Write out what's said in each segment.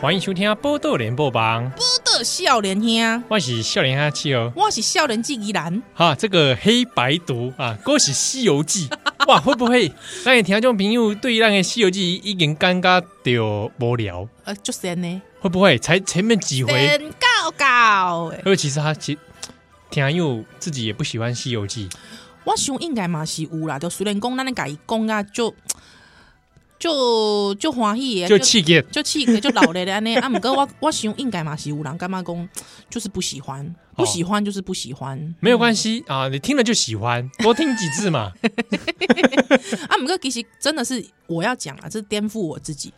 欢迎收听《波豆联播榜》，的笑脸兄，我是笑脸阿七哦。我是笑脸纪宜兰，哈，这个黑白毒啊，勾起《西游记》哇，会不会让你听众朋友对那个《西游记》一点尴尬丢无聊？呃，就先呢，会不会才前面几回？先告告诶，因为其实他其听又自己也不喜欢《西游记》，我想应该嘛是有啦，就虽然讲咱咧家己讲啊，就就就嗯欢喜的，就气给就气个就老咧咧安尼啊，毋过我我想应该嘛是有人干嘛讲，就是不喜欢，哦不喜欢就是不喜欢，没有关系啊，你听了就喜欢，多听几次 嘛。啊，毋过其实真的是我要讲啊，这颠覆我自己，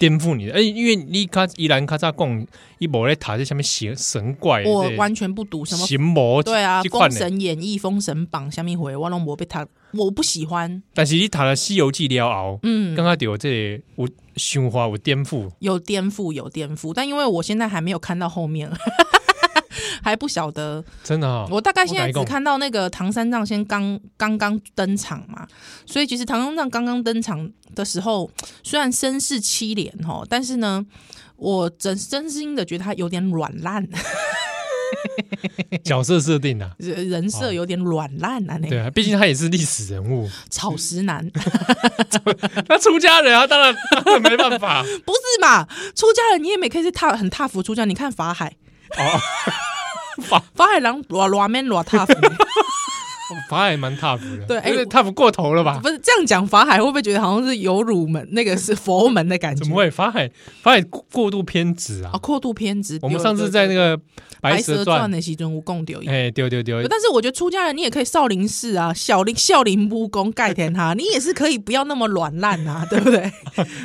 颠覆你的，哎、因为你卡依然卡扎贡一无咧塔在下面神神怪，我哎对完全不读什么。神魔对啊，这《款封的神演义》《封神榜》下面回我拢无被他，我不喜欢。但是你塔了《西游记》了后，嗯，刚刚对我这里我想法有颠覆，有颠覆，有颠覆，但因为我现在还没有看到后面， 还不晓得。真的哈、我大概现在我打一只共看到那个唐三藏先刚刚刚登场嘛，所以其实唐三藏刚刚登场的时候，虽然身世凄怜哈，但是呢，我真真心的觉得他有点软烂，，角色设定啊人人设有点软烂啊，那对个啊，毕竟他也是历史人 物，草食男他出家人啊，当 然当然没办法不是嘛？出家人你也没可以是踏很踏服出家，你看法海， 哦。法海狼软软面软踏服。 法海蛮 tough 的，对哎因为我 tough 过头了吧？不是这样讲，法海会不会觉得好像是有辱门那个是佛门的感觉？怎么会？法海法海过过度偏执啊啊？！过度偏执。我们上次在那个《个《白白蛇蛇传传》》的其中无共丢一。哎，丢丢丢，但是我觉得出家人你也可以少林寺啊，小林少林武功盖天哈，你也是可以不要那么软烂 啊，对不对？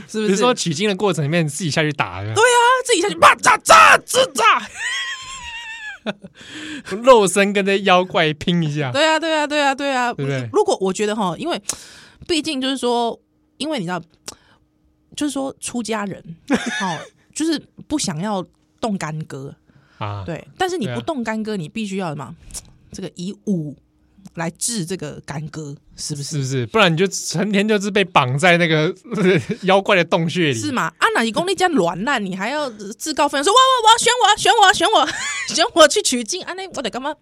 是比不如是？说取经的过程里面自己下去打的，他自己下去啪嚓嚓吱嚓，肉身跟那妖怪拼一下，对啊对啊对啊对啊。 对不对如果我觉得哈，因为毕竟就是说，因为你知道，就是说出 家人哦，就是不想要动干戈，啊，对，但是你对啊不动干戈，你必须要什么？这个以武来治这个干戈，是不是是？不是？不然你就成天就是被绑在那个 妖怪的洞穴里，是吗？啊，哪一公你这样软烂，你还要自告奋勇说，哇哇，我要选我，要选我，要选我， 选我去取经，啊，那我得干嘛？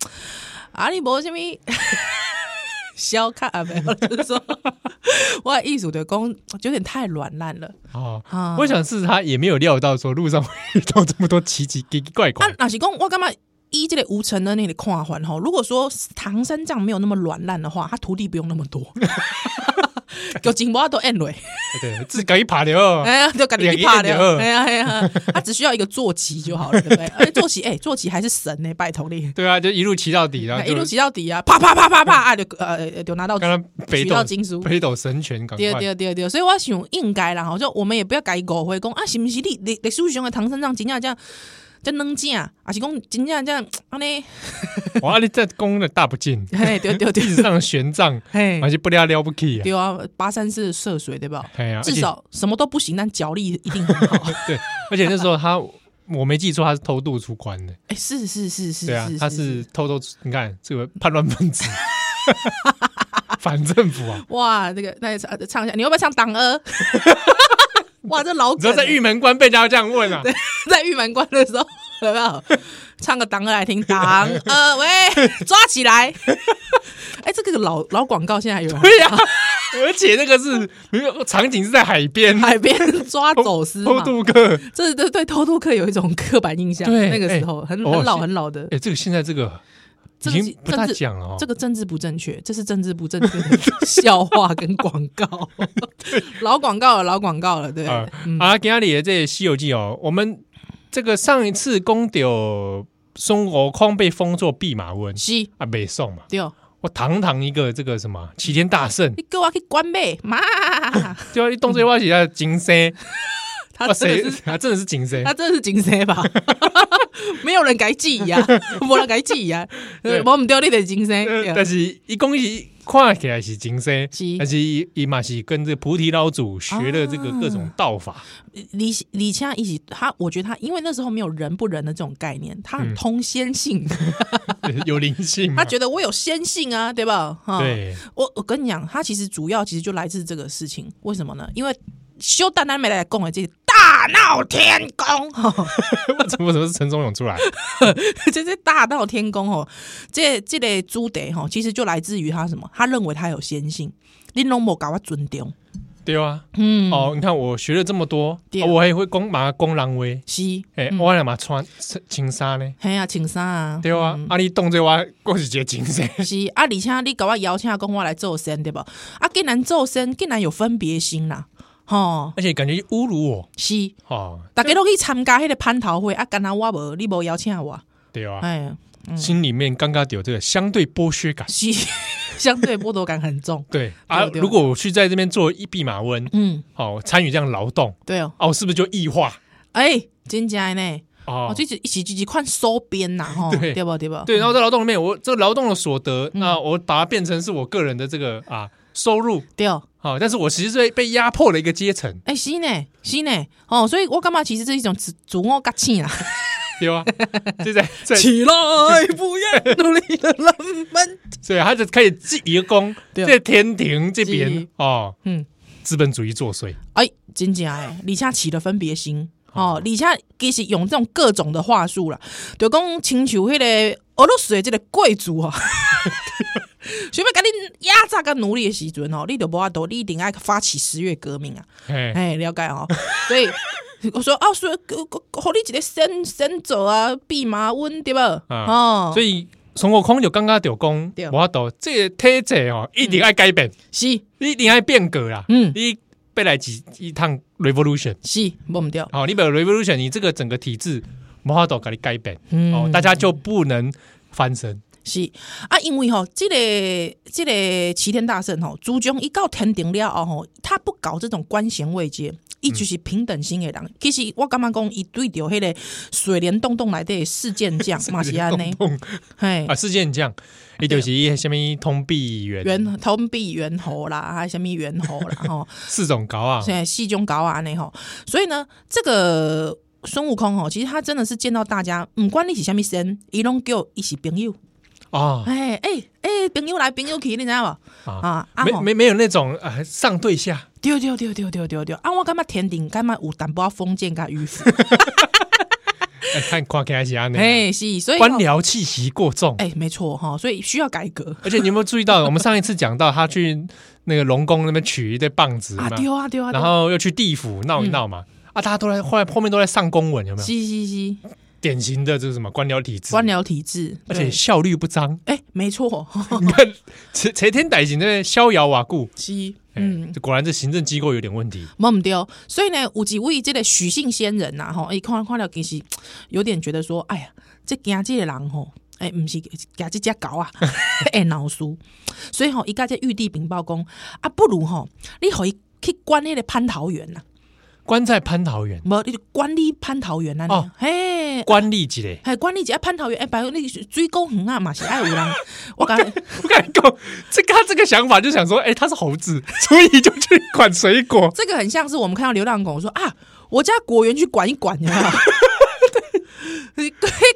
啊，你无什么 小看啊，没有，就是说， 我的艺术的功有点太软烂了哦。啊。我想是他也没有料到说路上会遇到这么多奇奇怪啊怪，哪是公我干嘛？依这类吴承恩那里跨环吼，如果说唐三藏没有那么软烂的话，他徒弟不用那么多， 有金波都 end 了。对，自己爬掉。哎呀，就赶紧去两怕个一掉。点哎呀哎呀，他只需要一个坐骑就好了，对不对？而且坐骑，哎，坐骑还是神呢，拜托你，对啊，就一路骑到底，然后一路就骑到底啊，啪啪啪啪啪，啊，就呃就拿到刚刚北取斗到经书。北斗神拳，赶对快对对对，所以我想应该啦，吼，就我们也不要改误会，讲啊，是不是你你你师兄的唐三藏真正这样这样软正，啊还是讲真正这样安尼？ 哇，你这攻的大不进，嘿，对对对地，上的玄 奘嘿还，是不了了不起啊！对啊，八三四的涉水对吧？哎呀，至少什么都不行，但脚力一定很好。而且对，啊而且那时候他，我没记错，他是偷渡出关的。哎，是是是是，对啊是，他是偷偷，你看这个叛乱分 子，反政府啊！哇，这个那唱呃唱一下，你会不会唱《党 鹅》？哇，这老你知道梗在玉门关被人家这样问啊？在玉门关的时候，有没有唱个《党鹅》来听？党 鹅，喂，抓起来！哎，这个老老广告现在还有人对呀、而且那个是没有场景是在海边海边抓走私偷嘛？渡客，这是对对偷渡客有一种刻板印象。对那个时候很哦很老是很老的哎、，这个现在这个已这个经不大政治讲了哦这。个政治不正确，这是政治不正确的笑话跟广告，老广告了，老广告了，对，啊嗯，啊，今天的这《西游记》哦，我们这个上一次攻掉孙悟空被封作弼马温是，啊，北宋嘛，对，我堂堂一个这个什么齐天大 圣，你给我去关呗，妈，就要一动作我起来金 身，他哇啊真塞的是，啊他啊真的是金身，他真的是金蛇吧？没有人改记呀，没人改记啊呀，对我们掉你的金蛇，呃对但是一共一看起来是金身是，但是伊嘛是跟这菩提老祖学了这啊个各种道法， 李李谦一起，他我觉得他因为那时候没有人不人的这种概念，他很通仙性，有灵性嘛他，觉得我有仙性啊，对吧？哈，对，我我跟你讲，它其实主要其实就来自这个事情，为什么呢？因为修蛋蛋没来讲的这些大大闹天宫，哦吼为什么怎么是陈忠勇出来？ 这是大闹天宫哦。这这类朱德吼，其实就来自于他什么？他认为他有先性，你拢无甲我尊重，对啊，嗯，哦，你看我学了这么多，对啊我还会讲马讲人话，是，哎，嗯我来嘛穿青纱呢，嘿啊，穿衫啊，对啊，啊你动这我我是一个精神，是啊，而且你甲我邀请讲我来做仙对无？啊，竟然做仙，竟然有分别心啦，吼、 而且感觉侮辱我，是，哦，大家都去参加迄个蟠桃会啊，敢若我无，你无邀请我，对啊，哎呀，心里面刚刚有这个相对剥削感。是 相对剥夺感很重，对啊，对对如果我去在这边做一弼马温，嗯，哦，参与这样劳动，对哦，哦，我是不是就异化？哎、真正的呢，哦，哦，这是一起一款收编呐，吼，对对无对无，对，然后在劳动里面，我这个劳动的所得，嗯那我把它变成是我个人的这个啊收入，对哦。好，但是我其实是被被压迫的一个阶层，哎、是呢，是呢，哦，所以我感觉其实这是一种自自我觉醒啊，对 吧？就在在，起来，不要努力的人们，所以他就开始自己的工，对在天庭这边是哦，嗯，资本主义作祟，哎，真正诶，而且起了分别心哦，而且其实用这种各种的话术啦，就讲亲像迄个俄罗斯的这个贵族 哦，想要甲你压榨甲奴隶的时阵哦，你就无法度，你一定爱发起十月革命啊！哎，哎，了解哦，所以。我说啊，所以给给你一个先先走啊，弼马温对吧？啊哦，所以孙悟空就刚刚就讲对，我懂这个体制哦，一定要改变，是你一定要变革啦，嗯你被来几一趟 revolution。哦是，忘不掉。好，你把 revolution，你这个整个体制，无法度给你改变、嗯哦，大家就不能翻身。是啊，因为吼、这个这个齐天大圣吼、朱炯一到天顶了后吼，他不搞这种官衔位阶，伊嗯就是平等心的人。其实我感觉讲，伊对着迄个水帘洞洞内底的事件 将嘛啊是安尼，动嘿啊，，事件这样，伊就是什么通臂猿猿通臂猿猴啦，还有什么猿猴啦吼，四种搞 啊，现在戏中搞啊安尼吼，所以呢，这个孙悟空吼、其实他真的是见到大家，唔管你是什么身，伊拢叫伊是朋友，哦，哎哎哎，朋友来朋友去，你知道无？啊，啊，啊没吼没没有那种呃上对下，对对对对对对对，啊，我感觉天顶感觉有淡薄仔封建甲迂 腐，哎看看起来是安尼啊，哎是，所以官僚气息过重。哎没错哈，所以需要改革而且你有没有注意到，我们上一次讲到他去那个龙宫那边取一对棒子嘛啊，，对啊对啊，对然啊后又去地府闹一闹嘛，啊，大家都在后来后面都在上公文，有没有？啊是是是，典型的就是什么官僚体制，官僚体制，嗯而对且效率不 彰。 哎没错，你看，前前天逮紧那个逍遥瓦固，是嗯嗯，。这果然这行政机构有点问题。摸唔对，哦所以呢，有一位这个许姓仙人呐、吼，伊看看了其实有点觉得说，哎呀，这惊这个人吼，哎、唔是惊这只狗啊， 会脑输，所以吼、伊甲这玉帝禀报讲，啊，不如吼、你互伊去管迄个蟠桃园呐、啊关在蟠桃园，无你就管理蟠桃园啊，哦嘿，。官吏级嘞 还管理一下蟠桃园，哎，把那个水公园啊嘛是爱有 人，我感觉我感觉这个他这个想法就想说，哎，他是猴子，所以就去管水果。 这个很像是我们看到流浪狗说啊，我家果园去管一管，有啊没有？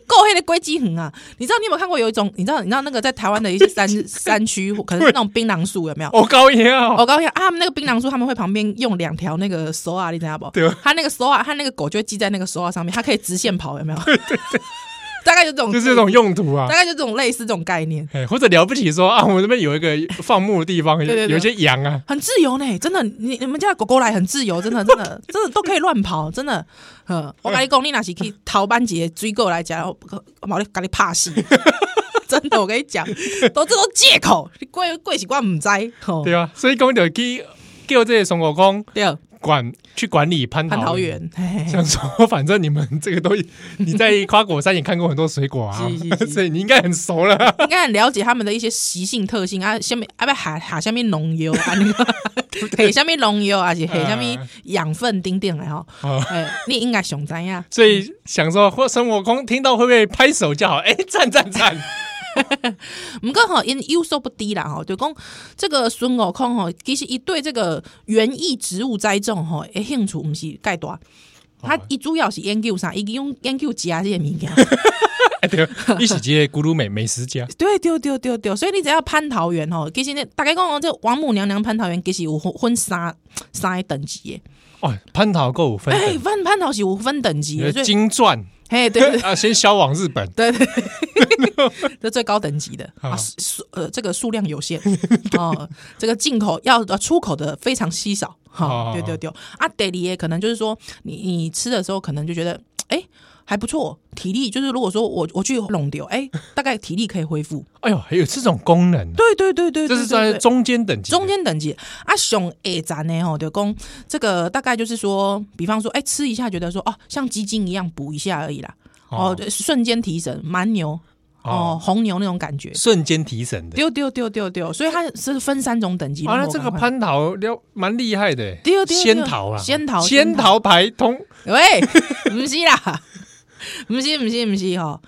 够黑的龟鸡很啊！你知道你有没有看过有一种？你知道你知道那个在台湾的一 些山山区，可能是那种槟榔树有没有？哦，高一哦，我告诉你，啊，他们那个槟榔树，他们会旁边用两条那个手啊，你知道不？对啊他那个手啊，他那个狗就会系在那个手啊上面，它可以直线跑，有没有？ 大概就这种，就是这种用途啊大。概就这种类似这种概念，哎，或者了不起说啊，我们这边有一个放牧的地方，对对有一些羊啊，很自由呢，真的。你你们家的狗狗来很自由，真的，真的，真的都可以乱跑，真的。嗯，我跟你讲，你那是去逃班级追过来讲，我我毛你跟你怕死。真的，我跟你讲，都这都借口，你贵贵是我唔知。吼对吧？所以公就去叫这些孙悟空对，管去管理蟠蟠桃桃。园，嘿嘿 嘿想说，反正你们这个 都，你在花果山也看过很多水果啊是是，是所以你应该很熟了。 应该很了解他们的一些习性特性啊，下面啊不海海下面农药啊，那个海下面农药，而且海下面养分丁丁的吼，啊哎，你应该想知呀。所以想说，或孙悟空听到会不会拍手叫好？哎、赞赞赞！ 不过吼，因有所不低啦吼，就讲这个孙悟空吼，其实伊对这个园艺植物栽种吼，诶兴趣毋哦 是介大。他伊主要是研究啥？伊用研究食这些物件，哎、对，你是这个咕噜美美食 家，对对对对对，所以你只要蟠桃园吼，其实呢，大概讲哦，这王母娘娘蟠桃园其实有分分三三个等级的。哦，蟠桃购物分哎、等，蟠蟠桃是有分等级的，所以金钻嘿，对对 啊，先销往日本，对对，这最高等级的啊，啊数数呃，这个数量有限 哦，这个进口要呃出口的非常稀少哈哦，对对对，啊，得里耶可能就是说你你吃的时候可能就觉得哎还不错，体力就是如果说我我去弄丢哎，大概体力可以恢复，哎呦，还有这种功能啊，对对对对，这对是在对中间等级的，中间等级啊，熊诶，咱呢吼，就讲这个大概就是说，比方说，哎、吃一下觉得说，哦，像鸡精一样补一下而已啦，哦，哦对瞬间提神，蛮牛哦，哦红牛那种感觉，瞬间提神的。丢丢丢丢丢，所以它是分三种等级。啊，那你这跟个我看蟠桃料蛮厉害的，对对对仙桃啊，仙桃仙仙桃牌通喂， 不是啦， 不是不是不是哈，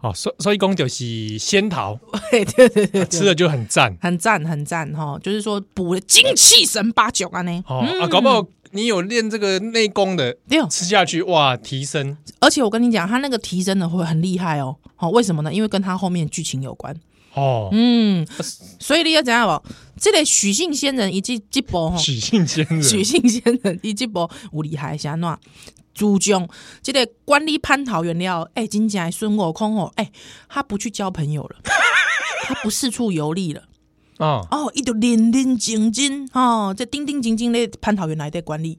哦，所所以讲就是仙桃， 啊对对对对，吃了就很赞很赞很赞哈，就是说补了精气神八九啊呢，哦啊，搞不好你有练这个内功的，对。哦吃下去哇，提升而且我跟你讲，他那个提升的会很厉害哦。好、为什么呢？因为跟他后面剧情有关。哦，嗯，所以你要知道无？这个许姓仙人以及这部吼，许姓仙 人，许姓仙人以及这部有厉害是安怎样？主将这个管理蟠桃园了，哎、真正的孙悟空哦，哎、他不去交朋友 了，他不四处游历了，哦，哦，伊就认认真真哦，这叮叮紧紧的蟠桃园来的管理，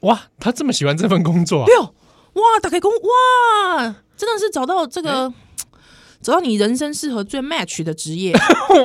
哇，他这么喜欢这份工作啊对，哦，哇，打开工，哇，真的是找到这个，找到你人生适合最 match 的职 业。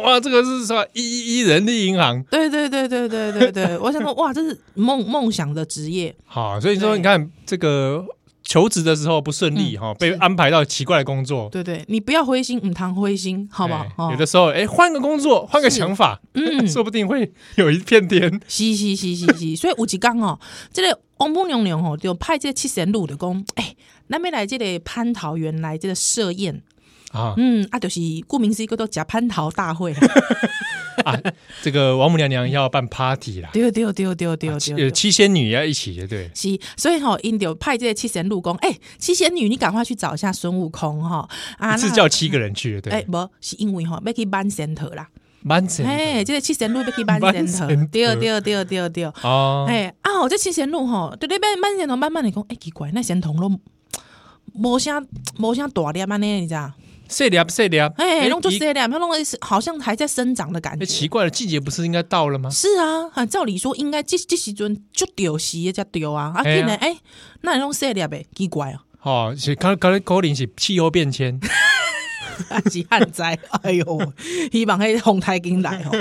哇，这个是什么？一一一人力银行，对对对对对对 对，我想说，哇，这是梦梦想的职业，好，啊所以说对嗯你看这个求职的时候不顺利哈，被安排到奇怪的工作，对对，你不要灰心，嗯，唐灰心，好不好哎？哦有的时候哎，换个工作，换个是想法， 嗯说不定会有一片天。是是是是是，所以有一天哦，这个王母娘娘吼，就派这个七贤路的讲，哎、咱要来这个蟠桃园来这个设宴，啊嗯，啊，就是顾名思义，叫做假蟠桃 大会啦，啊！这个王母娘娘要办 party 啦，对对对对对哦对啊有对。七仙女要一起的，对，是，所以吼、因就派这个七贤路讲，哎、七仙女，你赶快去找一下孙悟空哈、啊，一次那叫七个人去的，哎，对，不、是因为吼、要去办 center 啦，蛮神哎，这个七贤路要去慢慢慢神 头头，对对对对对，哦，哎啊，我这七贤路吼，对对慢慢神头慢慢的讲，哎奇怪，那神童都无啥无啥大粒安尼，你知道？细粒细粒，哎，弄就一这粒，他弄好像还在生长的感啊哎奇觉。怪了，季节不是应该到了吗？是啊，啊，照理说应该这这时阵就丢席才丢啊，啊，哎呀竟然哎，那弄细粒诶，奇怪哦， 哦，是刚刚高林是气候变迁，啊是旱灾，哎呦，希望迄风台经来吼，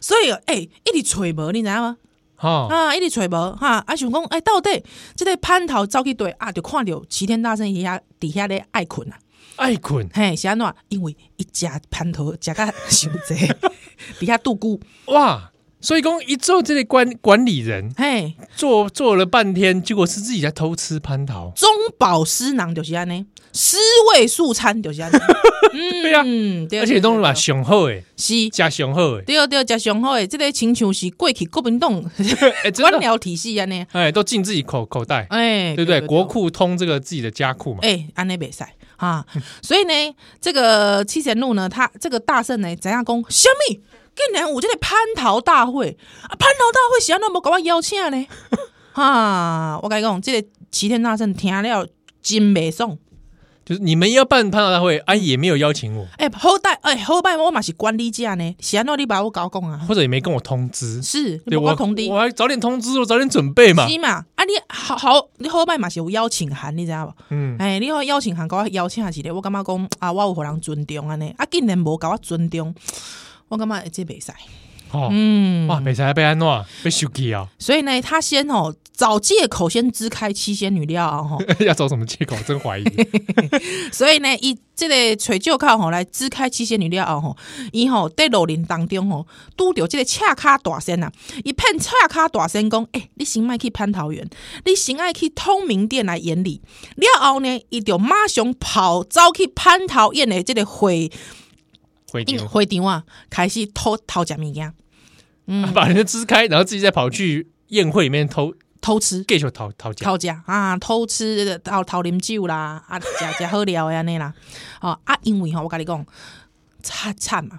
所以哎，一直吹无，你知道吗？哦，啊，一直揣无哈，啊想讲，哎、到底即个蟠桃走去对啊，就看着齐天大圣伊遐底下咧爱困啊，爱困嘿，是安怎？因为伊食蟠桃食甲伤济， 底下度孤，哇！所以讲一做这个管管理人嘿，做做了半天，结果是自己在偷吃蟠桃，中饱私囊就是安尼，尸位素餐就是安尼， 对呀，嗯，对而且都是把嘛雄厚哎，是。加雄厚哎，对对，食上好诶，即、个亲像是过去国民党 哎，真官的僚体系安尼，哎，都进自己口口袋，哎、对不对？国库通这个自己的家库嘛，哎、安内比赛啊，所以呢，这个七贤路呢，他这个大圣呢，怎样讲？什么？竟然有这个蟠桃大会啊！蟠桃大会是安那么搞我邀请呢？啊，我跟你讲，这个齐天大圣听了真袂爽。就是你们要办蟠桃大会啊，也没有邀请我，哎、好歹哎、好歹我嘛是管理者呢，是安怎你把我搞讲啊？或者也没跟我通知，是，对我我同弟我还早点通知，我早点准备嘛，是嘛？啊，你好好，你好歹嘛是有邀请函，你知道无？嗯，哎、你好邀请函，甲我邀请一个，我感觉讲啊，我有互人尊重安尼，啊，竟然无甲我尊重，我感觉这袂使。哦，嗯，哇，美才被安诺被休记啊， 所以呢，他先哦找借口先支开七仙女料 啊吼，要找什么借口？真怀 疑所以呢，以这个找借口吼来支开七仙女料啊吼，伊吼在路林当中吼拄着这个赤卡大仙啊，伊骗赤卡大仙讲，诶、你先莫去蟠桃园，你先爱去通明殿来演礼，了后呢，伊就马上跑走去蟠桃宴的这个会会丢，会场啊，开始偷偷食物件。嗯把人家支开，然后自己再跑去宴会里面偷偷吃。继续讨讨价，偷食啊，偷吃、偷偷啉酒啦， 啊，食食好料的安尼啦，哦啊，因为吼，我跟你讲，惨惨嘛，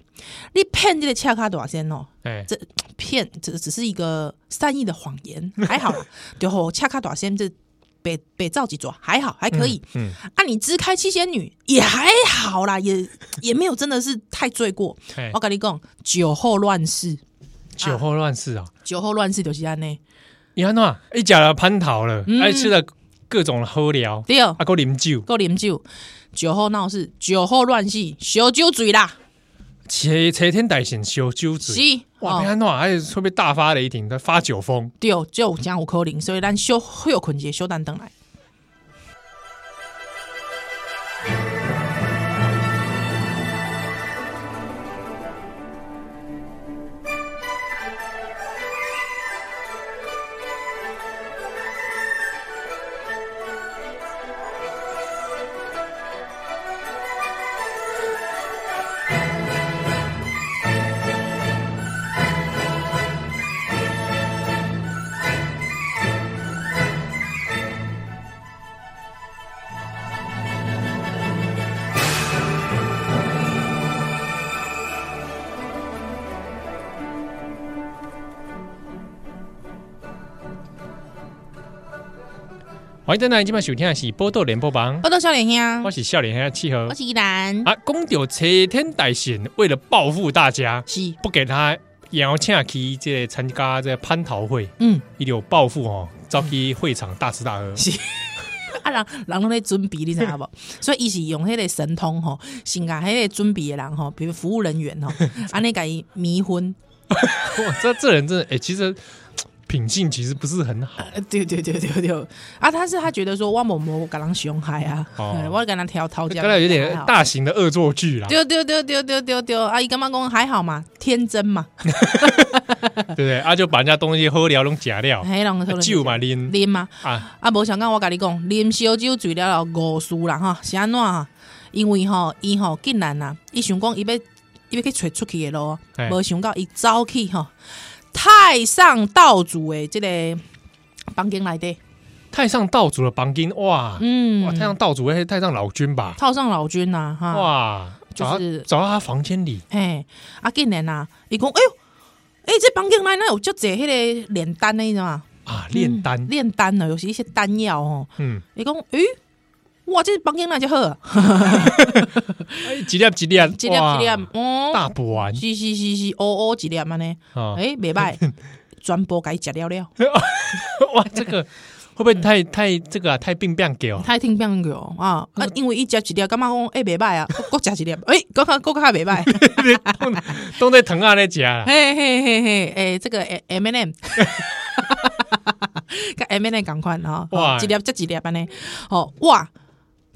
你骗这个恰卡大仙哦，哎，这骗这只是一个善意的谎 言，还好啦，对吼，恰卡大仙这被被造几抓，还好还可以、嗯，啊，你支开七仙女也还好啦，也也没有真的是太 罪过，哎我，跟你讲，酒后乱世，酒后乱世啊，酒后乱世就是安尼，你看那一假了蟠桃了，还吃了各种喝料，对哦啊，，够啉酒，够啉酒，酒后闹事，酒后乱世，烧酒醉啦。齐齐天大圣烧酒醉，是，哇，你哦、看那还会被大发雷霆，他发酒疯。对，就讲有可能，所以咱小休困者，小等等来。欢迎登来，今晚收听的是《波豆联播榜》，报道少年兄，我是笑脸黑契合我是依兰，啊。公到齐天大圣为了报复大家，是，不给他邀请去这个参加这个蟠桃会，嗯，一有报复哦，召去会场大吃大 喝。啊人人拢咧准备，你知影无？所以伊是用迄个神通吼，先甲迄个准备的人吼，比如服务人员吼，安尼甲伊迷昏，哇，这这人真的，哎、其实品性其实不是很好。呃对对对对对，啊，但是他觉得说我某某甲人伤害啊，哦呃我甲人挑头家，刚才有点大型的恶作剧啦，对对对对对对对，啊，伊感觉讲还好嘛，天真嘛，对不对？啊，就把人家东西喝了拢假 料，迄人啊酒嘛 啉啉嘛。啊，啊，无想到我甲你讲，啉烧酒醉了就误事啦吼，是安怎啊？因为吼，伊吼竟然啊，伊想讲伊要伊要去找出去的路嘿，无想到伊走去吼太上道主的即个房间内底，太上道主的绑金哇，哇，嗯太，上道主哎还太上老君吧，套上老君呐、啊、哈，哇，找就是到找到他房间里，嘿，啊，竟然啊，伊讲哎哟，哎、这房间内哪有足侪迄个炼丹的，你知道吗？啊，炼丹嗯，炼丹呢，有是一些丹药吼，嗯，伊讲诶。哇，这房间内就好啊，哎一粒一粒，一粒一粒，哇哦，大补丸是是是是，乌哦乌一粒安尼，啊，诶，袂歹，全部甲伊食了了，哇，这个会不会太嗯太这个啊太病病给哦？太听变个啊！啊，因为伊食一粒，感觉讲诶袂歹啊，搁搁食一粒，诶，搁较搁较袂歹， 都在疼啊在家啦，嘿嘿嘿嘿，诶，这个 M M，甲 M M 共款吼，哇一粒则一粒安尼，吼哇，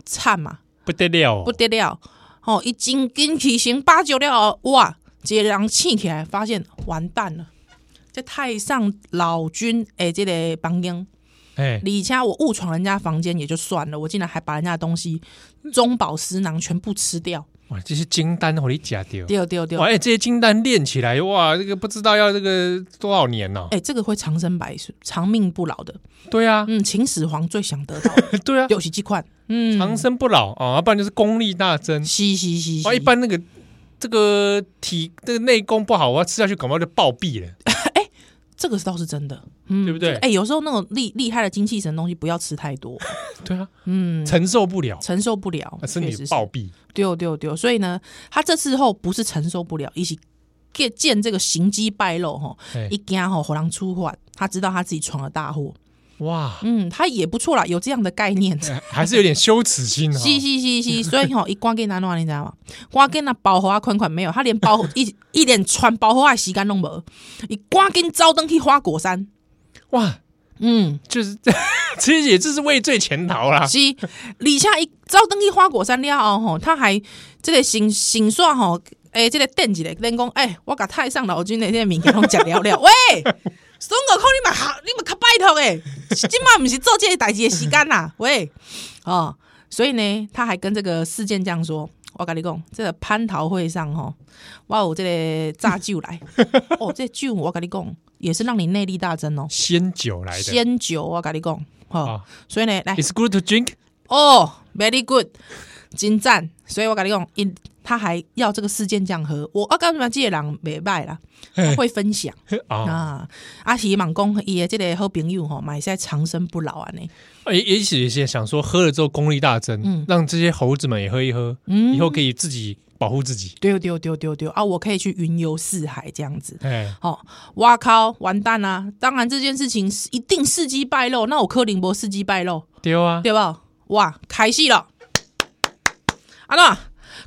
惨嘛，不得了不哦，得了，吼，伊真紧起身八九了后，哇，一个人醒起来，发现完蛋了。这太上老君诶，这个房间哎，李家，我误闯人家房间也就算了，我竟然还把人家的东西中饱私囊全部吃掉，哇，这些金丹我你假掉。丢丢丢！哇，哎、哎、这些金丹练起来，哇，这个不知道要这个多少年呢、哦哎这个会长生百岁、长命不老的，对啊， 嗯，秦始皇最想得到的对啊，就是这款，嗯，长生不老啊、要不然就是功力大增。嘻嘻嘻嘻，哇，一般那个这个体这个内功不好，我要吃下去，搞不好就暴毙了，这个倒是真的，嗯，对不对哎、有时候那种厉厉害的精气神的东西不要吃太 多，对啊，嗯，承受不了，承受不了，啊身确体实是暴毙。丢丢丢！所以呢，他这次后不是承受不了，一起见见这个行迹败露吼嘿，一惊吼，火狼出患，他知道他自己闯了大祸。哇，嗯，他也不错啦，有这样的概念。是哎还是有点羞耻心 啊、是是是，所以吼，一关给他弄，你知道吗？关给那包盒啊，款款没有，他连包一一连穿包盒的时间拢无，伊赶紧招登去花果山。哇，嗯，就是 其实也就是畏罪潜逃啦。 是，而且伊招登去花果山了后吼，他还这个行行算吼，诶、这个电一个电讲，诶、我甲太上老君的这个物件拢食了了， 喂，孙悟空你嘛较你嘛较拜托诶，即嘛毋是做这个代志的时间啦，喂，哦，所以呢，他还跟这个事件这样说。我跟你讲，这个蟠桃会上吼，我有这个炸酒来，哦，这个酒我跟你讲，也是让你内力大增哦。仙酒来的仙酒我跟你讲，哦，啊所以呢，来，It's good to drink 哦，very good，真赞。所以我跟你讲，因他还要这个事件这样喝，我我告诉你，这个人袂歹啦，他会分享啊，啊。阿喜满讲伊的这个好朋友吼，买在长生不老啊呢。也哎也许也是想说喝了之后功力大增，让这些猴子们也喝一喝，以后可以自己保护自己。丢丢丢丢丢啊！我可以去云游四海这样子。哎，哦，哇靠，完蛋啦、当然这件事情是一定事机败露，那我柯林博事机败露，丢啊，对吧？哇，开戏了，啊那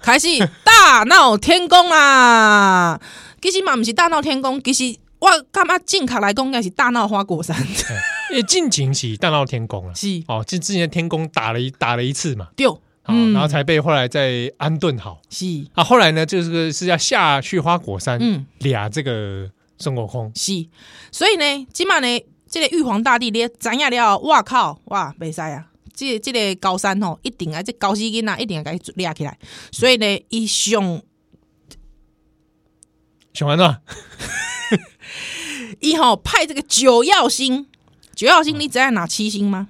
开戏大闹天宫啊！其实嘛，不是大闹天宫，其实我感觉进卡来讲应该是大闹花果山， 也哎近景起大闹天宫了。是哦，就之前天宫打了一打了一次嘛，对，啊，嗯然后才被后来再安顿好是啊。后来呢，就是是要下去花果山嗯俩这个孙悟空，是，所以呢，今嘛呢，这个玉皇大帝咧，知影了，哇靠，哇，袂使啊！这个、这个高山吼，一定啊，这高死囡仔一定啊，给伊抓起来。所以呢，伊上熊安诺伊吼派这个九曜星，九曜星，你知影哪七星吗？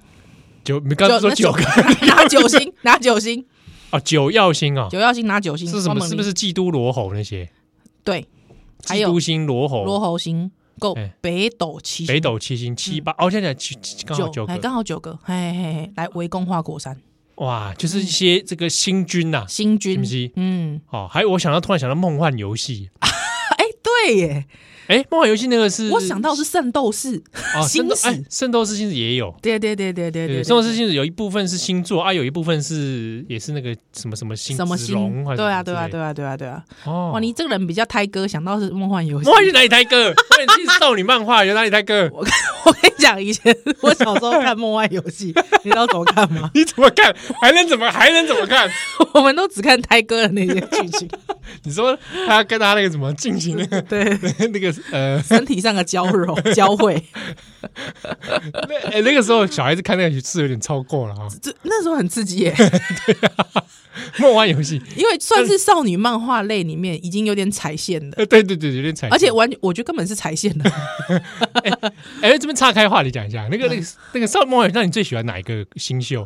九，你刚刚说九个拿九星，拿 九星，啊，九曜星啊，九曜星拿九星是什么？我问你是不是基督罗侯那些？对，还基有督星罗罗侯、侯星够哦哎北斗七北星斗七星七八，哦，现在七七刚好九哎个，刚好九个，嘿嘿嘿，来围攻花果山哇，嗯就是一些这个星君呐。星是君不是，嗯，哦，还有我想到突然想到梦幻游戏，哎，对耶，哎，梦幻游戏那个是我想到是圣 斗士，哦，星圣斗哎矢，圣斗士星矢也有，对对对对对对，对，圣斗士星矢有一部分是星座啊，有一部分是也是那个什么什么星什么子龙星还？是对什么啊对啊之类对啊对啊对啊！的哦，哇，你这个人比较胎哥，想到是梦幻游戏。哇，你哪里台哥？哇，你是少女漫画有哪里台哥？我跟你讲，以前 我小时候看梦幻游 戏，你知道怎么看吗？你怎么看？还能怎么还能怎么看？我们都只看胎哥的那些剧情，你说他要跟他那个什么进行那 个对那个呃，身体上的交 融交汇，那哎那个时候小孩子看那个是有点超过了啊，这那时候很刺 激耶，梦幻游戏，因为算是少女漫画类里面已经有点踩线的，呃，对对对，有点惨。而且完，我觉得根本是踩线的。 哎，这边岔开话题讲一下，那个那嗯个那个少梦幻，那你最喜欢哪一个新秀？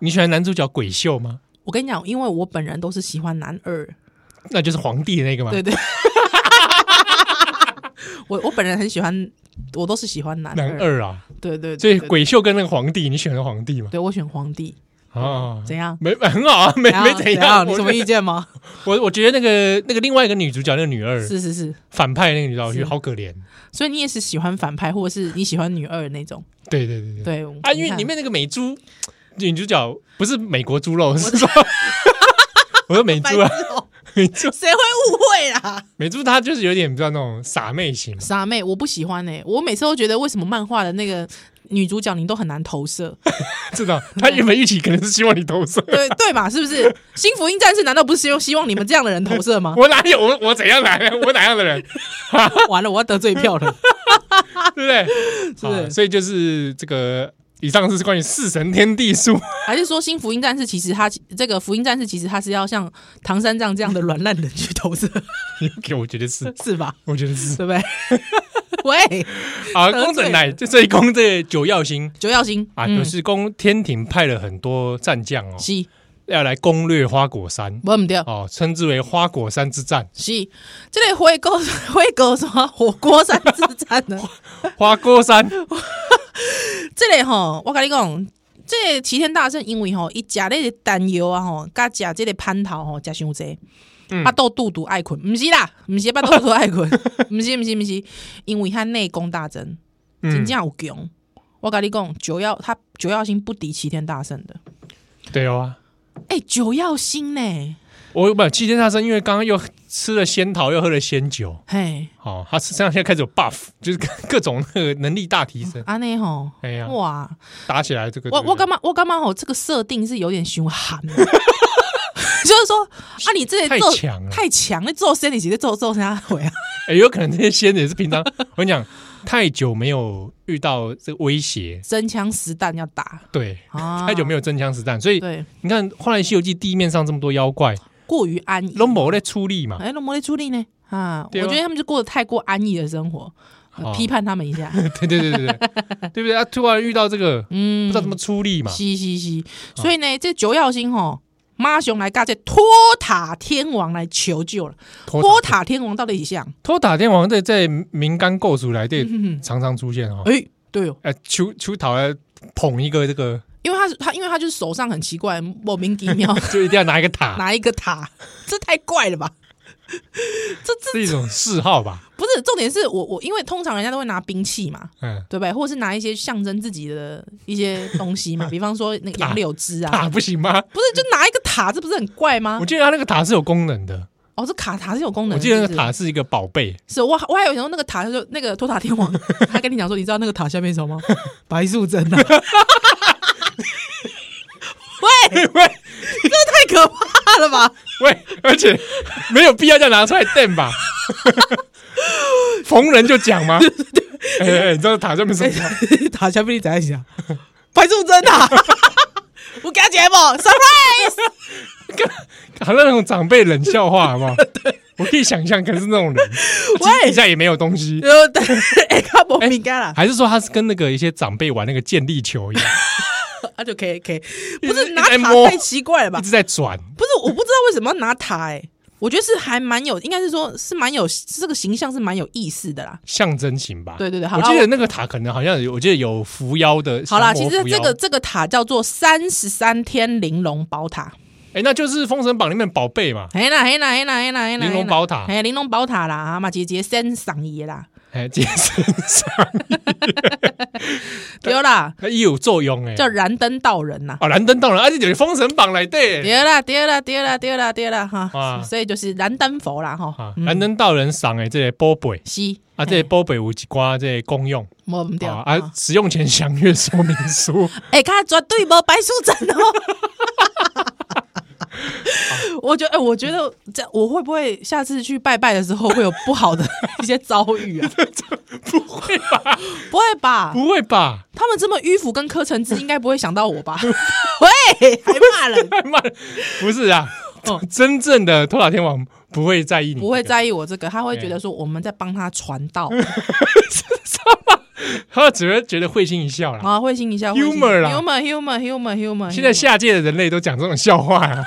你喜欢男主角鬼秀吗？我跟你讲，因为我本人都是喜欢男二，那就是皇帝的那个嘛，对 对。我我本人很喜欢，我都是喜欢男男二，二啊。对对对，所以对鬼秀跟那个皇帝，你选了皇帝嘛？对我选皇帝，啊，怎样？没 很好啊，没没怎怎样。你我什么意见吗？我我觉得那个那个另外一个女主角，那个女二是是是，反派那个女主角，我觉是得好可怜。所以你也是喜欢反派，或者是你喜欢女二那种？对对对对。对啊，因为里面那个美猪女主角不是美国猪肉，是 说我说美猪啊，美猪谁会误会啊啦？美猪她就是有点比较那种傻妹型，傻妹，我不喜欢哎、我每次都觉得为什么漫画的那个女主角你都很难投射， 知道？她原本预期可能是希望你投射，对对嘛？是不是？新福音战士难道不是希望希望你们这样的人投射吗？ 我哪有我我怎样来的？我哪样的人？完了，我要得罪票了。对 不对？啊所以就是这个，以上是关于四神天地术。还是说新福音战士其实他这个福音战士其实他是要像唐三藏这样的软烂人去投射， 给我觉得是，是吧？我觉得是对不对？ 喂，啊，得罪公正乃了这所以公这九曜星九曜星啊，嗯可是公天庭派了很多战将哦，是，要来攻略花果山我唔对。。哦，称之为花果山之战 是，这个回 锅回锅什么火锅山之战呢？花果 山这个吼，我跟你讲，这个齐天大圣因为吼，伊食那个丹药啊吼，加食这个蟠桃吼，食伤济，嗯巴肚肚肚爱困，不是啦，不是巴肚肚爱困，不是不是不是，因为他内功大增，真嗯，正有强。我跟你讲，九曜他九曜星不敌齐天大圣的，对哦啊，哎、九曜星呢？我不七天大圣，因为刚刚又吃了仙桃，又喝了仙酒，嘿，哦，他身上现在开始有 buff，就是各各种那个能力大提升。安尼吼，哎呀，哇！打起来这个我我干嘛嘛我干嘛吼？这个设定是有点凶悍的， 就是说啊，你这太里做强了太强，你做身体直接做做啥 回啊？哎，有可能这些仙人也是平常我跟你讲，太久没有遇到这个威胁，真枪实弹要 打对，啊！太久没有真枪实弹，所以对，你看《后来西游记》地面上这么多妖怪，过于安逸。龙某在出力嘛，哎，龙魔的朱莉呢？啊，我嗯对啊觉得他们就过得太过安逸的生活。哦批判他们一下。 对对对对对， 对不对？啊，突然遇到这个，不嗯知道怎么出力嘛，是是是，哦所以呢，这九曜星吼，马上来跟这托塔天王来求救了。托塔天王到底是像？偷打天王在在民间构筑来对嗯常常出现哦，哎、对哦，哎，求求讨来捧一个这个，因为他是他，因为他就是手上很奇怪，莫名其 妙就一定要拿一个 塔，拿一个塔，这太怪了吧？这这是一种嗜好吧？不是重点是我我，因为通常人家都会拿兵器嘛，嗯，对不对？或 是拿啊一些象征自己的一些东西 嘛，比方说那个杨柳枝啊，塔不行吗？不是就拿一个塔，这不是很怪吗我？记得他那个塔是有功能的，哦，这卡塔是有啊功我能的，记得那个是不是塔是一个宝贝，是我我还有想说那个塔，他说那个托塔天 王，他跟你讲说，你知道那个塔下面是什 么吗？白素贞 啊！喂， 喂太可怕了吧！ 喂，而且没有必要再拿出来瞪吧？逢人就讲吗？哎哎，哎你知道塔上面什么？ 塔下面你怎样啊？白素贞啊！ 我给他节目 surprise，好像那种长辈冷笑话， 好不好？我可以想象，可是那种人，喂底下也没有东西， 呃，对哎，他莫敏感啦，还是说他是跟那个一些长辈玩那个健力球一样，他就可以可以，哎嗯不一是直拿在塔摸太奇怪了 吧一直？在转？不是，我不知道为什么要拿塔，哎，我觉得是还蛮有，应该是说是蛮有这个形象是蛮有意思的啦。象征型吧，对对对好我啦记得我那个塔可能好像有，我记得有扶妖的。好降啦，其魔实扶这妖个，这个塔叫做三十三天玲珑宝塔。哎，那就是《封神榜》里面宝贝嘛，嘿啦嘿啦嘿啦嘿啦嘿啦，玲珑宝塔嘿啦，嘿玲珑宝塔啦，啊嘛，姐姐先赏伊的啦，哎，健身上对啦，那也有作 用哎。叫燃灯道人呐，啊，蓝灯到了，而且有《封神榜》来对对啦对啦对啦对啦对啦哈哇，所以就是燃灯佛啦哈啊，，蓝灯道人赏哎，这些波贝是啊，这些波贝有一瓜这些功用摸唔掉啊，啊啊，，使用前详阅说明 书。哎，他绝对无白素贞哦。 我觉得，哎我觉得这样我会不会下次去拜拜的时候会有不好的一些遭遇啊？不会吧？ 不会吧？不会吧？他们这么迂腐跟柯承志，应该不会想到我 吧？喂，还骂人，太慢了，不是啊 哦，真正的托塔天王不会在意你， 不会，在意我这个，他会觉得说我们在帮他传道，他只会觉得会心一笑啦。啊，会心一笑会心一笑 Humor 啦，humor，humor，humor，humor，humor。现在下界的人类都讲这种笑话啊，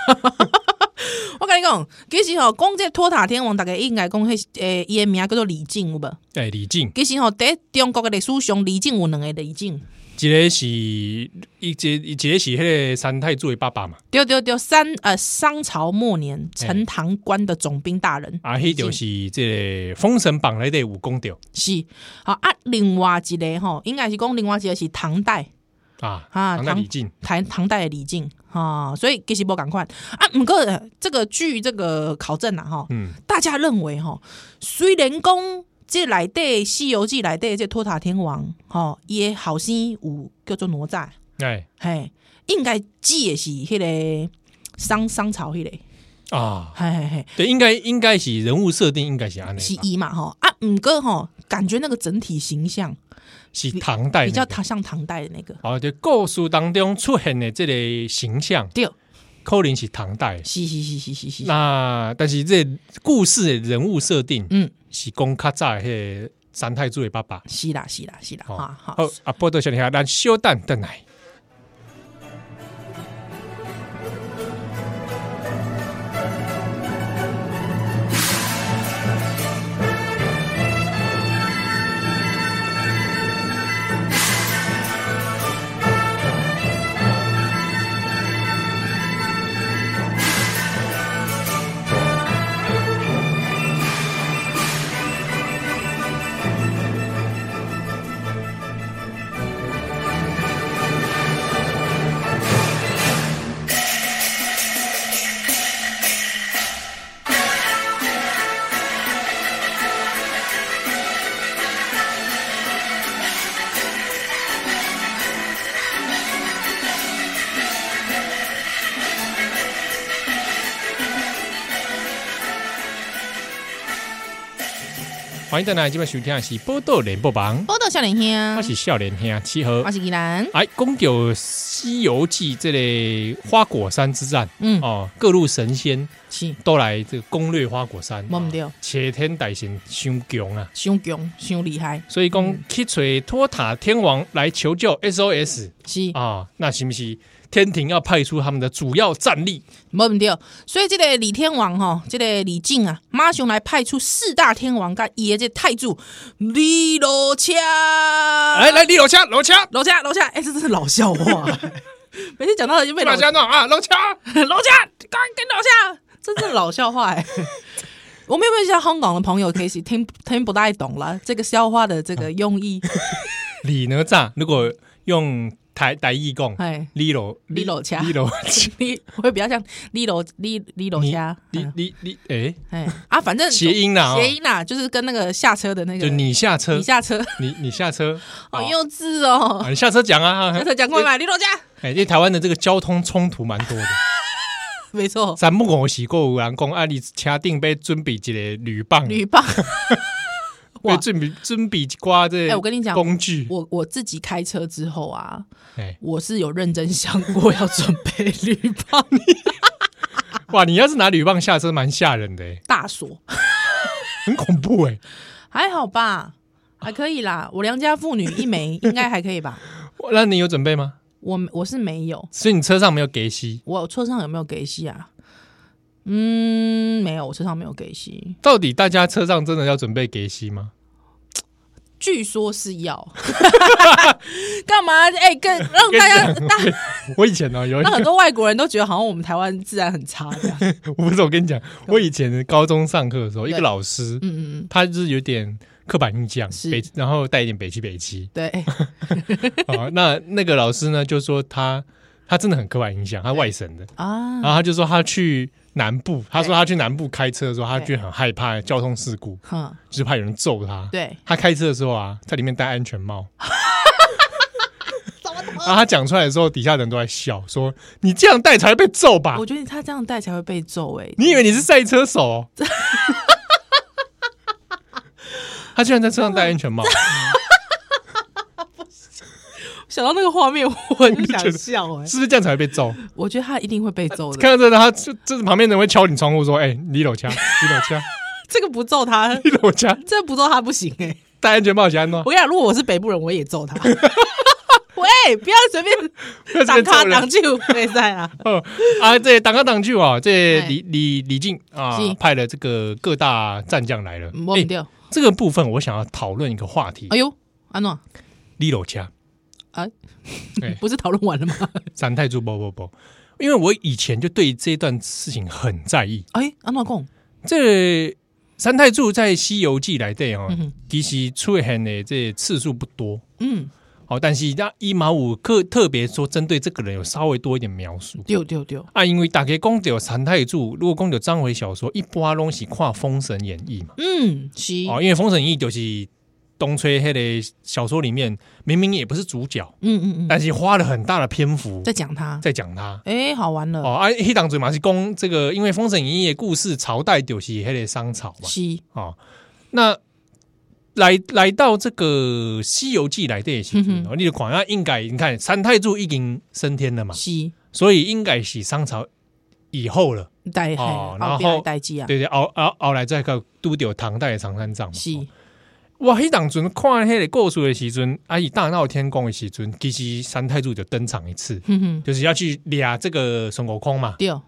我跟你讲，其实吼，讲这托塔天王，大概应该讲迄诶，伊的名叫做李靖，有无？哎，李靖，其实吼，在中国的历史上，李靖有两个李靖，一个是一个一个是那个三太子的爸爸嘛，对对对，三呃商朝末年陈塘关的总兵大人哎啊，迄就是这个《封神榜》内的武功掉是好啊，另外一个吼，应该是讲另外一个是唐代。啊啊啊，那唐李靖唐唐代的李靖啊、所以其实无共款啊。毋过呃这个据这个考证啊，吼，嗯大家认为吼，虽然讲这内底《西游记》内底这托塔天王，吼，伊诶后生有叫做哪吒，哎嘿，应该指的是迄、个商商朝迄、个，啊，嘿嘿嘿，对，应该应该是人物设定应该是安是尼吧，伊嘛吼啊。毋过吼，感觉那个整体形象是唐代比较那个唐像唐代的那个，哦，就故事当中出现的这个形象，对，可能是唐代的。是是是是是是，那但是这故事的人物设定嗯，是讲较早的那个三太子的爸爸。是啦是啦是啦，哦哈好好，啊，波多小天下，咱小等等来。欢迎回来，今晚收听的是《波多连播榜》，报道少年兄，我是笑脸兄七和我。是吉兰，哎，公到《西游记》这类花果山之战嗯，哦，各路神仙是都来这个攻略花果山，摸不对哦切天大神伤强啊！伤强伤厉害，所以讲去找托塔天王来求救 SOS 是啊，那是不是天庭要派出他们的主要战力？摸不对。所以这个李天王吼，这个李靖啊，马上来派出四大天王跟伊的这个太子李罗车，来来来，，你楼下楼下罗车罗车，哎，这真是老笑 话，每次讲到就被楼老下弄啊，楼下 老家，刚跟老家，真是老笑话哎、 我们有没有像香港的朋友可以听听不太懂了？这个笑话的这嗯个用意，李哪吒，如果用台台语讲，嗯 哎，李楼李楼车李 楼你我会比较像李楼李李楼家，嗯李李李哎，哎啊，反正谐音啦，哦谐音啦，就是跟那个下车的那个就嗯你下车你，下车，你你下车，好哦幼稚哦啊，。你下车讲啊，下车讲过嘛，李楼家， 哎，因为台湾的这个交通冲突蛮多的。没错，三不五时够有人讲，啊，你车顶被准备一个铝棒，女棒。被哇准备准备一挂这。哎我跟你讲工具，我我自己开车之后啊，哎，我是有认真想过要准备绿棒 哇，你要是拿铝棒下车，蛮吓人的，哎大锁。很恐怖哎。还好吧，还可以啦。我良家妇女一枚 应该还可以吧？哇那你有准备吗？我我是没有，所以你车上没有给息，我车上有没有给息啊？嗯，没有，我车上没有给息。到底大家车上真的要准备给息吗？据说是要 干嘛？哎、 跟让大家大我以前呢、哦有一让很个，多外国人都觉得好像我们台湾治安很差这样。 嗯 我不是我跟你讲，我以前高中上课的时候，一对个老师，嗯，嗯，他就是有点刻板印象，是北，然后带一点北气北气，对，哎啊，那那个老师呢，就说他他真的很刻板印象，他外省的，啊然，后他就说他去南部，他说他去南部开车的时候，他就很害怕交通事故，哼，就是怕有人揍他。对，他开车的时候啊，在里面戴安全 帽。然后他讲出来的时候，底下的人都在笑，说：“你这样戴才会被揍吧我？觉得他这样戴才会被揍哎、你以为你是赛车手 哦？”他居然在车上戴安 全帽，想到那个画面，我就想笑 哎、是不是这样才会被揍？我觉得他一定会被揍的。看到这，他就就是旁边的人会敲你窗户说：“哎、你老枪，你老枪。”这个不揍他， 你老家这不揍他不行哎、戴安全帽是安 喏，我跟你讲，如果我是北部人，我 也揍他。喂，不要随便不要挡这边他揍人挡就没赛 啦。哦啊！这挡个挡去啊，这哎李李李靖啊是，派了这个各大战将来了。摸不哎掉。这个部分我想要讨论一个话题哎，呦，安诺，李老家哎哎，不是讨论 完了吗？三太祖不不不，因为我以前就对这段事情很在意。哎，安诺贡，这三太祖在《西游记》来对哦嗯，哼其实出现的这次数不多。嗯，哦，但是那一马五克特别说针对这个人有稍微多一点描述。丢丢丢，啊，因为大家讲到三太子，如果讲到章回小说，一般拢是看《封神演义》嘛。嗯，是，哦，因为《封神演义》就是东吹黑的小说里面，明明也不是主角，嗯嗯嗯，但是花了很大的篇幅在讲他，在讲他。哎，好玩了，哦，啊，黑党嘴嘛是讲这个，因为《封神演义》的故事朝代就是黑的商朝嘛。是，哦，那来来到这个《西游记》来的时候，嗯哦你就看啊，应该你看三太子已经升天了嘛，是，所以应该是商朝以后了。代哦哦，然后代机啊，对对，后后后来再个拄着唐代的长山藏嘛。哦是，哇，迄当阵看迄个故事的时阵，啊，伊大闹天宫的时阵，其实三太子就登场一次，哼哼，就是要去掠这个孙悟空嘛。丢，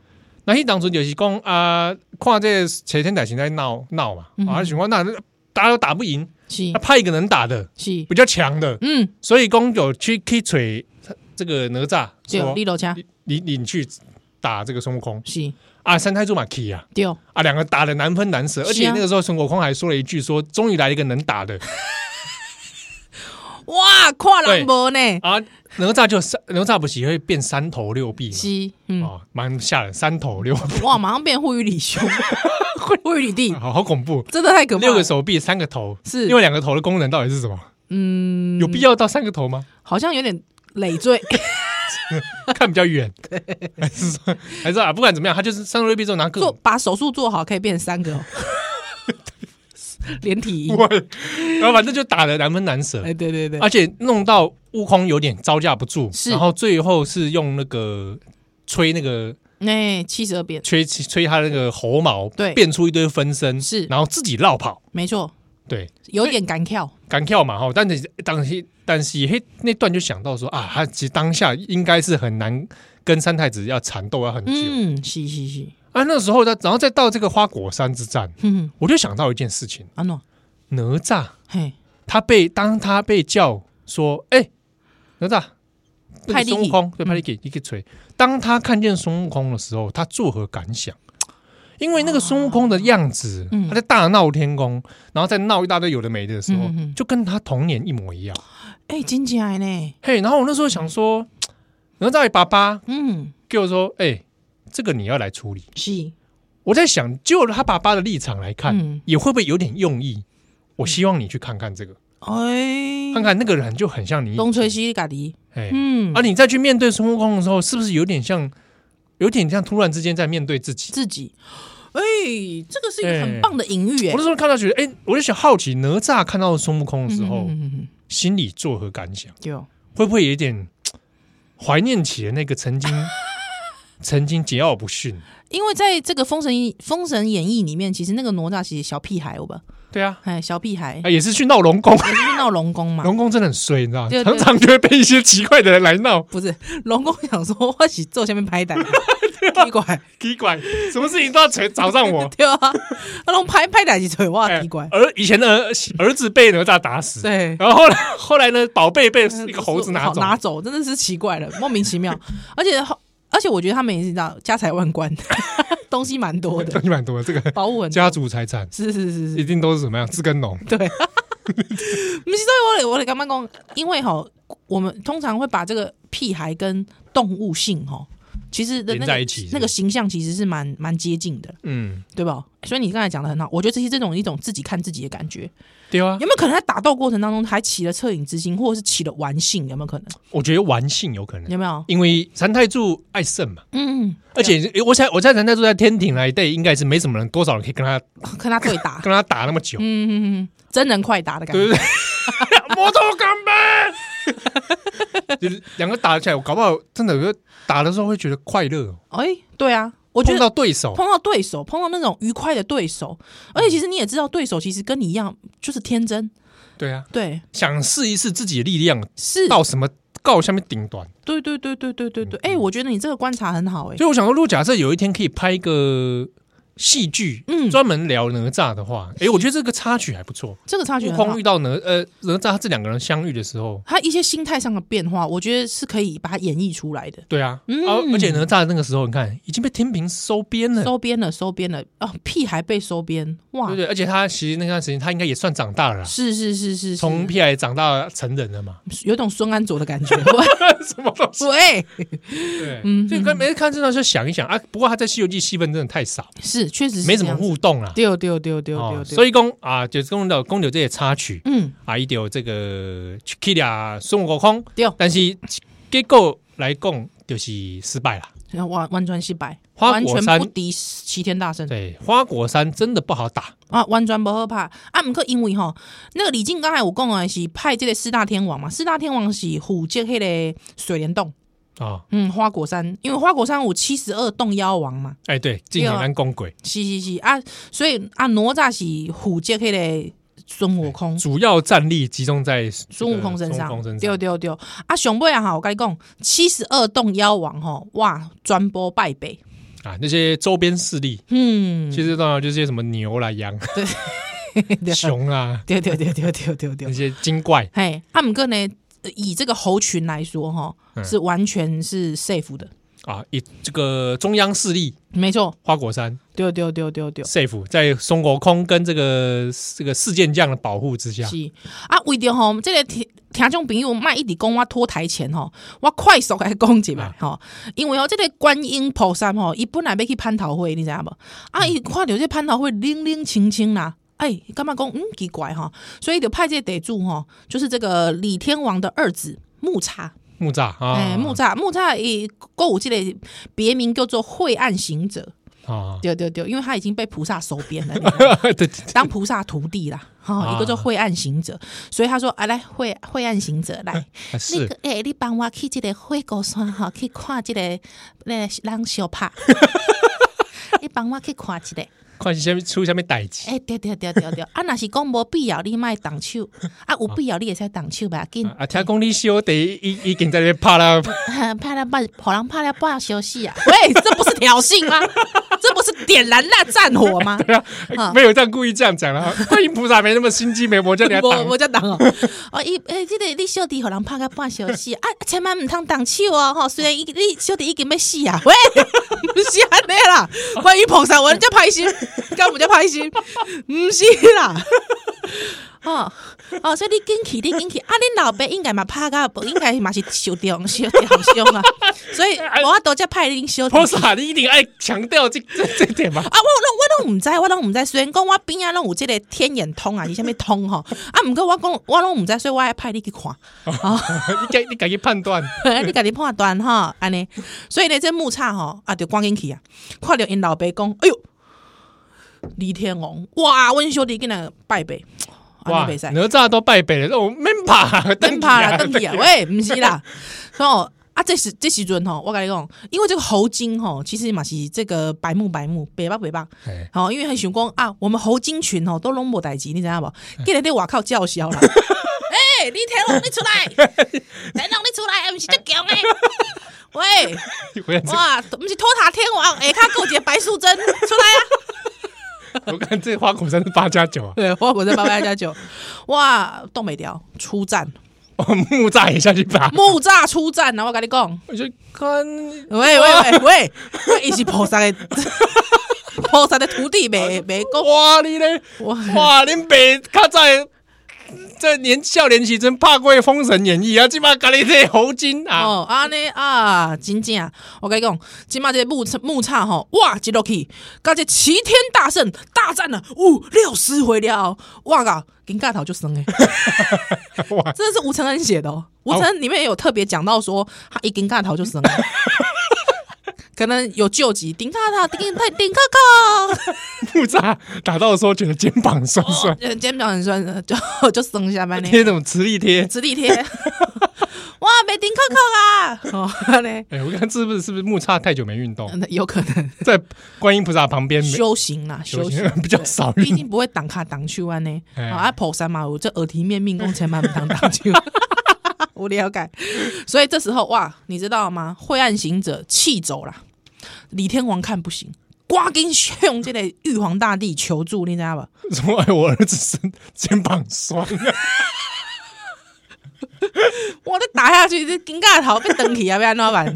那迄当阵就是讲啊，看这个齐天大圣在闹闹嘛，嗯啊，想讲那打都打不赢，是那派一个能打的是，比较强的，嗯，所以公有去去锤这个哪吒，丢，说立楼枪，你你你去打这个孙悟空是，啊，三太子嘛去啊。丢，啊，两个打的难分难舍，是啊而且那个时候孙悟空还说了一句说，终于来了一个能打的哇，跨人无呢，啊！哪吒就三哪吒不是会变三头六臂嘛？是，嗯，哦，蛮吓人，三头六臂，哇，马上变护宇 李兄，护宇李弟，好好恐怖，真的太可怕了，六个手臂三个头，嗯是另外两个头的功能到底是什么？嗯，有必要到三个头 吗？好像有点 累赘，看比较远，还是说还是啊？不管怎么样，他就是三头六臂之后拿各做种 把手术做好可以变成三个哦、连体婴，我 然后反正就打得难分难舍，哎，对对对，而且弄到悟空有点招架不住，是然后最后是用那个吹那个那哎七十二变，吹吹他那个猴毛，对变出一堆分身，是然后自己绕跑，没错，对，有点敢跳，敢跳嘛哈，但是当时但是嘿那段就想到说啊，他其实当下应该是很难跟三太子要缠斗啊要很久、嗯，是是是，啊。那时候他然后再到这个花果山之战，哼哼，我就想到一件事情，安诺，哪吒嘿，他被当他被叫说哎、哪吒。那派个力孙悟气空对嗯派力给一个锤。当他看见孙悟空的时候，他作何感想？因为那个孙悟空的样子，嗯他在大闹天宫，然后再闹一大堆有的没的的时候，嗯嗯嗯就跟他童年一模一样。哎，真起来呢，嘿，然后我那时候想说，哪吒爸爸嗯，给我说，哎、这个你要来处理。是，我在想，就他爸爸的立场来看，嗯也会不会有点用意？我希望你去看看这个，哎，看看那个人就很像你。东吹西嘎迪，哎，嗯，而你再去面对孙悟空的时候，是不是有点像，有点像突然之间在面对自己？自己，哎，这个是一个很棒的隐喻，哎我那，时候看到觉得，哎、我就想好奇，哪吒看到孙悟空的时候，嗯嗯嗯嗯嗯心里作何感想？对哦，会不会有点嘖怀念起了那个曾 经曾经桀骜不驯？因为在这个《封神封神演义》里面，其实那个哪吒其实小屁孩，我吧，对啊，哎，小屁孩啊，也是去闹龙宫，也是闹龙宫嘛，龙宫真的很衰，你知道吗？对常对常就会被一些奇怪的人来 闹，不是龙宫想说，我是坐下面 拍的，啊奇怪，。奇怪，什么事情都要找找上我 对啊，他龙拍拍打起腿，哇，哎奇怪，儿以前的儿儿子被哪吒打死，对。哦然后后来后来呢，宝贝被一个猴子拿 走，拿走，真的是奇怪了，莫名其妙。而且，而且我觉得他们也是知道家财万贯， 东西蛮 多的，东西蛮多的，这个保稳。家族财 产是是是一是，定都是什么样？知根农，对。 不是，所以我得我得刚刚讲，因为哈，我们通常会把这个屁孩跟动物性哈，其实的那连个在一起那个形象其实是蛮蛮接近的，嗯，对吧？所以你刚才讲的很好，我觉得这是这种一种自己看自己的感觉。对啊有，没有可能在打斗过程当中还起了恻隐之心，或者是起了玩性？有没有可能？我觉得玩性有可能，有没有？因为三太柱爱胜嘛，嗯，而且诶我猜我猜三太柱在天庭那一带应该是没什么人，多少人可以跟他跟他 对打，跟他打那么久，嗯嗯嗯，真人快打的感对觉不，对？ 摩托干呗，就是两个打起来，我搞不好真的有时候打的时候会觉得快乐哦，哎、对啊，我觉碰得到对手，碰到对手，碰到那种愉快的对手，而且其实你也知道，对手其实跟你一样，就是天真，对啊，对，想试一试自己的力量是，到什么到下面顶端。对对对对对对嗯对，哎、我觉得你这个观察很好、哎，所以我想说，如果假设有一天可以拍一个戏剧，嗯，嗯专门聊哪吒的话，诶，我觉得这个插曲还不错。这个差距悟很好空遇。到哪呃哪吒，他这两个人相遇的时候，他一些心态上的变化，我觉得是可以把它演绎出来的。对啊，嗯而、而且哪吒那个时候，你看已经被天平收编了，收编了，收编了，哦，屁还被收编，哇对不，对？而且他其实那段时间他应该也算长大了啦，是是是是，是从屁孩长到成人了嘛， 有种孙安佐的感觉。什么东西？喂，对，嗯所以跟每次看这段就想一想啊，不过他在《西游记》戏份真的太少，是确实是没什么这样子。互动啦。丢丢丢丢哦丢，丢，所以以公啊，就是公牛公牛这些插曲，嗯，啊，伊就这个去去俩孙悟空，对但是结果来讲就是失败了。然后完完全失败，花完果全山不敌齐天大圣对，花果山真的不好打，啊，完全不好怕啊！唔过因为吼，那个李靖刚才我讲的是派这个四大天王嘛，四大天王是虎接迄个水帘洞，啊，嗯，花果山，因为花果山有七十二洞妖王嘛，哎，对，进海南公鬼，是是是啊，所以啊哪吒是虎接迄个孙悟空。主要战力集中在啊孙悟空身这个上孙悟空，身对上，对对，啊，熊妹啊，哈，我跟你讲，七十二洞妖王吼，哇，专播败北，啊，那些周边势力，嗯，其实当然就是些什么牛啦、羊、 对熊啊， 对对对对对对那对，些精怪，嘿，阿姆哥呢，以这个猴群来说，哈，嗯是完全是 safe 的，啊，以这个中央势力没错，花果山对对对对对， safe 在孙悟空跟这个这个四健将的保护之下，是啊，为着吼，这个听听众朋友卖一直讲我拖台前吼，我快速来讲一下吼，因为哦，这个观音菩萨吼，伊本来要去蟠桃会，你知影无？啊，伊看到这蟠桃会冷冷清清啦。哎，干嘛讲嗯奇怪哈？所以就派这个地主哈，就是这个李天王的二子木叉，木吒啊，哎哎，木，吒，木吒伊购有即个别名叫做晦暗行者。啊，对对对，因为他已经被菩萨收编了， 对对对当菩萨徒弟啦，哈、啊一个叫晦暗行者，所以他说啊，来晦晦暗行者来，啊那是个哎、欸你帮我去这个火锅山哈，去看这个那个人 相拍，你帮我去看这个，看是下面出下面代志哎、对对对对对，啊，若是讲无必要，你卖动手，啊，有必要你会使动手吧，紧，啊，听讲你小弟已已经在那边拍 了，拍了半，好人拍了半小时啊， 喂，这不是挑衅吗？ 这不是点燃那战火吗？对啊啊，没有这样故意这样讲 啦。观音菩萨没那么心机，没魔叫你来我挡我才动哦， 哦伊诶，即、个你小弟互人拍个半小时，啊，千万毋通动手哦吼！虽然伊你小弟已经要死啊， 喂，毋是安尼啦，万一碰上我，才歹心， 敢有遮歹心，毋是啦。 哦哦，所以你紧去，你紧去，啊，恁老爸应该嘛拍个，应该嘛是受伤，受受伤啊，所以我都才派恁小弟菩萨，你一定爱强调这这这点吧？啊，我拢我拢毋知，我拢毋知。虽然讲我边啊仔拢有即个天眼通啊，是啥物通吼？啊，毋过我讲我拢毋知，所以我爱派你去 看，你该你该去判断。你家己判断吼，安尼。所以呢，这木叉吼啊，就赶紧去啊，看着因老爸讲，哎哟，李天王，哇，阮小弟竟然拜拜，安哇，尼袂使。哪吒都败北了，那我免怕，灯拍啦，灯去啊，喂，毋是啦， 吼。啊，这时这时阵吼，我跟你讲，因为这个猴精吼，其实嘛是这个白目白目，白目白目，哎吼、因为很想讲啊，我们猴精群吼都拢无代志，你知影无？今日咧外口叫 嚣啦！哎、李天龙，你出 来！天龙，你出来！哎，毋是足强诶！喂， 我想这哇，毋是托塔天王，下骹还有一个白素贞出来啊！我看这花果山是八加九啊，对，我我在爸爸家酒，哇，冻袂掉，出战，我 木栅也下去打。木栅出战啊！我跟你讲，我就看喂喂喂喂，我伊是菩萨的，菩萨的徒弟，袂袂讲。哇，你嘞，哇哇，恁北较早的在年少年时阵拍过《封神演义》啊，即马甲你这个猴精啊，哦，安尼啊，真正，我跟你讲，即马这木木叉吼，哇，一落去，甲这齐天大圣大战了五六十回了，哇靠，金盖头就生诶，哇，这是吴承恩写的哦，吴承恩里面有特别讲到说，他一金盖头就生了。可能有救急，顶卡卡，顶太顶卡卡，木栅打到的时候觉得肩膀酸酸，呃肩膀很酸，呃就就生下班呢，贴那种磁力贴。直立 贴，哇，没顶卡卡啦，哦嘞，哎、我看是不是是不是木栅太久没运动，嗯 有可能。在观音菩萨旁边没 修行啦，修修行行比较少对运动毕竟不会挡卡挡去弯 呢。哎啊，菩萨嘛，我这耳提面命，共千万不当挡 去弯。我了解，所以这时候哇，你知道吗？晦暗行者气走啦，李天王看不行，刮根向这个玉皇大帝求助，你知道吧？说哎，我儿子身肩膀酸啊，我这打下去，这金盖头被蹬起啊，被安 怎办？来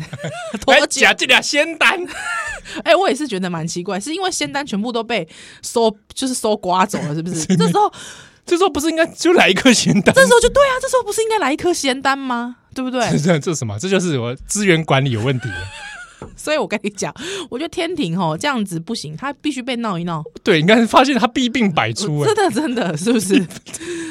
多久哎夹？这俩仙丹，哎、我也是觉得蛮奇怪，是因为仙丹全部都被收，就是收刮走了，是不是？这时候这时候不是应该就来一颗仙丹？这时候就对啊，这时候不是应该来一颗仙丹吗？对不对？ 这这这是什么？这就是我资源管理有问题。所以我跟你讲，我觉得天庭吼这样子不行，他必须被闹一闹，对，你看发现他弊病百出哎真，的真的是不是？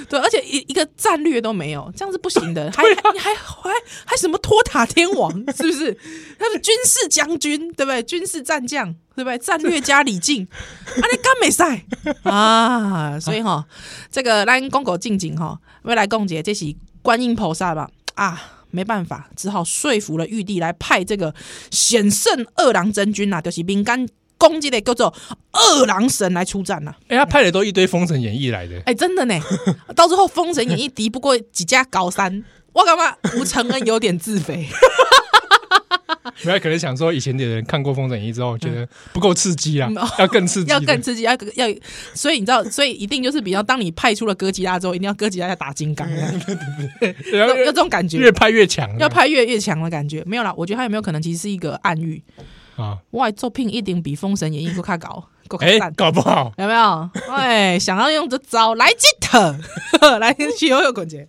对，而且一一个战略都没有，这样是不行的，还还还还还什么托塔天王，是不是？ 他是军事将军，对不对？军事战将，对不对？战略家李靖，啊，你干没赛啊？所以哈、这个咱公狗静静哈，未来共姐这是观音菩萨吧？啊。没办法，只好说服了玉帝来派这个显圣二郎真君呐、啊，就是民间攻击的叫做二郎神来出战呐、啊哎，他派的都一堆《封神演义》 来的，哎、真的呢，到最后《封神演义》敌不过几家高山，我干嘛？吴承恩有点 自肥，没有可能想说以前的人看过《封神演义》之后觉得不够刺激啊，要更刺激，嗯 要更刺激，要要，所以你知道，所以一定就是比较，当你派出了哥吉拉之后，一定要哥吉拉在打金刚，有然后有这种感觉嗯越，拍越强，要拍越越强的感觉。没有啦，我觉得他有没有可能其实是一个暗喻，啊！哇哇，作品一定比《封神演义》更卡搞，更卡哎赞，。搞不好 有没有？哎，想要用这招来 get，来去游泳滚姐。